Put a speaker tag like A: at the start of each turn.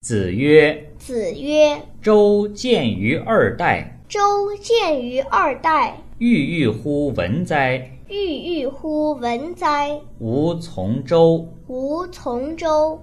A: 子曰
B: 子曰：“
A: 周见于二代，：“
B: 周见于二代，
A: 郁郁乎文哉！
B: 郁郁乎文哉！
A: 吾从周。”
B: 吾从周。”